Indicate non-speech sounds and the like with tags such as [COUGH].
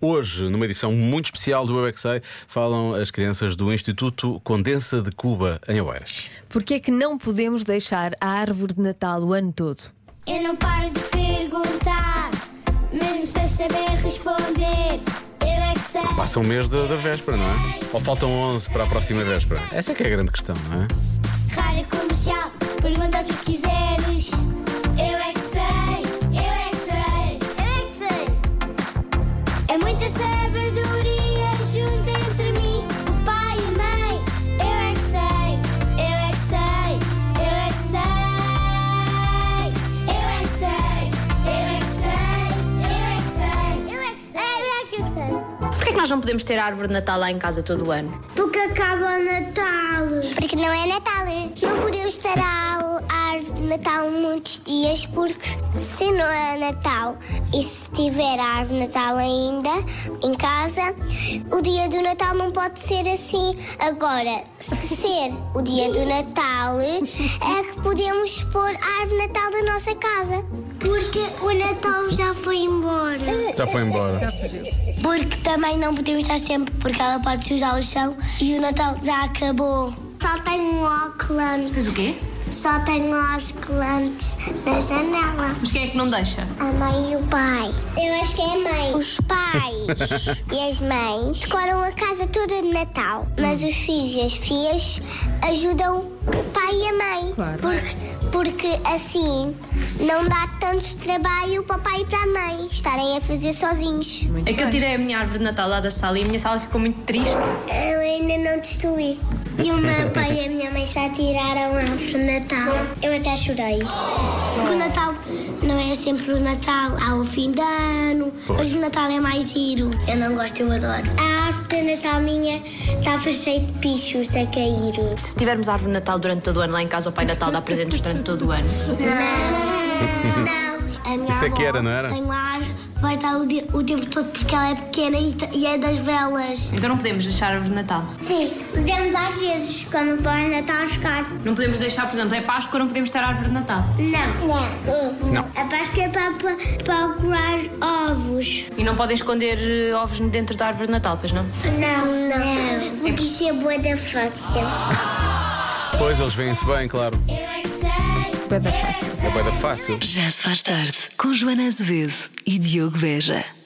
Hoje, numa edição muito especial do UXA, falam as crianças do Instituto Condensa de Cuba, em Oeiras. Porquê é que não podemos deixar a árvore de Natal o ano todo? Eu não paro de perguntar, mesmo sem saber responder. Eu é que sei. Passa um mês da, da véspera, não é? Ou faltam 11 para a próxima véspera? Essa é que é a grande questão, não é? Rádio comercial, pergunta o que quiseres. Eu é que sei, eu é que sei, eu é que sei. É muita sabedoria junto entre mim, o pai e a mãe. Eu é que sei, eu é que sei, eu é que sei. Eu é que sei, eu é que sei, eu é que sei. Eu é que sei, eu é que sei. Porquê é que nós não podemos ter a árvore de Natal lá em casa todo o ano? Porque acaba o Natal. Porque não é Natal. Não podemos ter a árvore de Natal muitos dias, porque se não é Natal e se tiver a árvore de Natal ainda em casa, o dia do Natal não pode ser assim. Agora, se ser o dia do Natal, é que podemos pôr a árvore de Natal da nossa casa. Porque o Natal já foi embora. Já foi embora. Porque também não podemos estar sempre, porque ela pode sujar o chão e o Natal já acabou. Só tenho óculos, Mas o quê? só tenho óculos na janela. Mas quem é que não deixa? A mãe e o pai. Eu acho que é a mãe. Os [LAUGHS] pais e as mães decoram a casa toda de Natal, mas os filhos e as filhas ajudam o pai e a mãe. Porque, porque assim não dá tanto trabalho para o pai e para a mãe estarem a fazer sozinhos. é que eu tirei a minha árvore de Natal lá da sala e a minha sala ficou muito triste. Eu ainda não destruí. E o meu pai e a minha mãe já tiraram a árvore de Natal. Eu até chorei. Porque o Natal não é sempre o Natal, há o fim de ano. Mas o Natal é mais giro. Eu não gosto, eu adoro. A árvore de Natal minha estava cheia de pichos a cair. Se tivermos a árvore de Natal durante todo o ano lá em casa, o Pai Natal dá presentes durante todo o ano. Não. A minha Isso é que avó era, não era? Tem uma árvore, vai estar o, dia- o tempo todo porque ela é pequena e, t- e é das velas. Então não podemos deixar a árvore de Natal. Sim, podemos às vezes quando o Pai Natal chegar. Não podemos deixar, por exemplo, é Páscoa, não podemos ter a árvore de Natal. Não. Não. A Páscoa é para, para, para curar ovos. E não podem esconder eh, ovos dentro da árvore de Natal, pois não? Não, não. Porque isso é boa da fácil. Pois eles veem-se bem, claro. Eu é que sei. É Bué da fácil. É bem da fácil. Já se faz tarde com Joana Azevedo e Diogo Beja.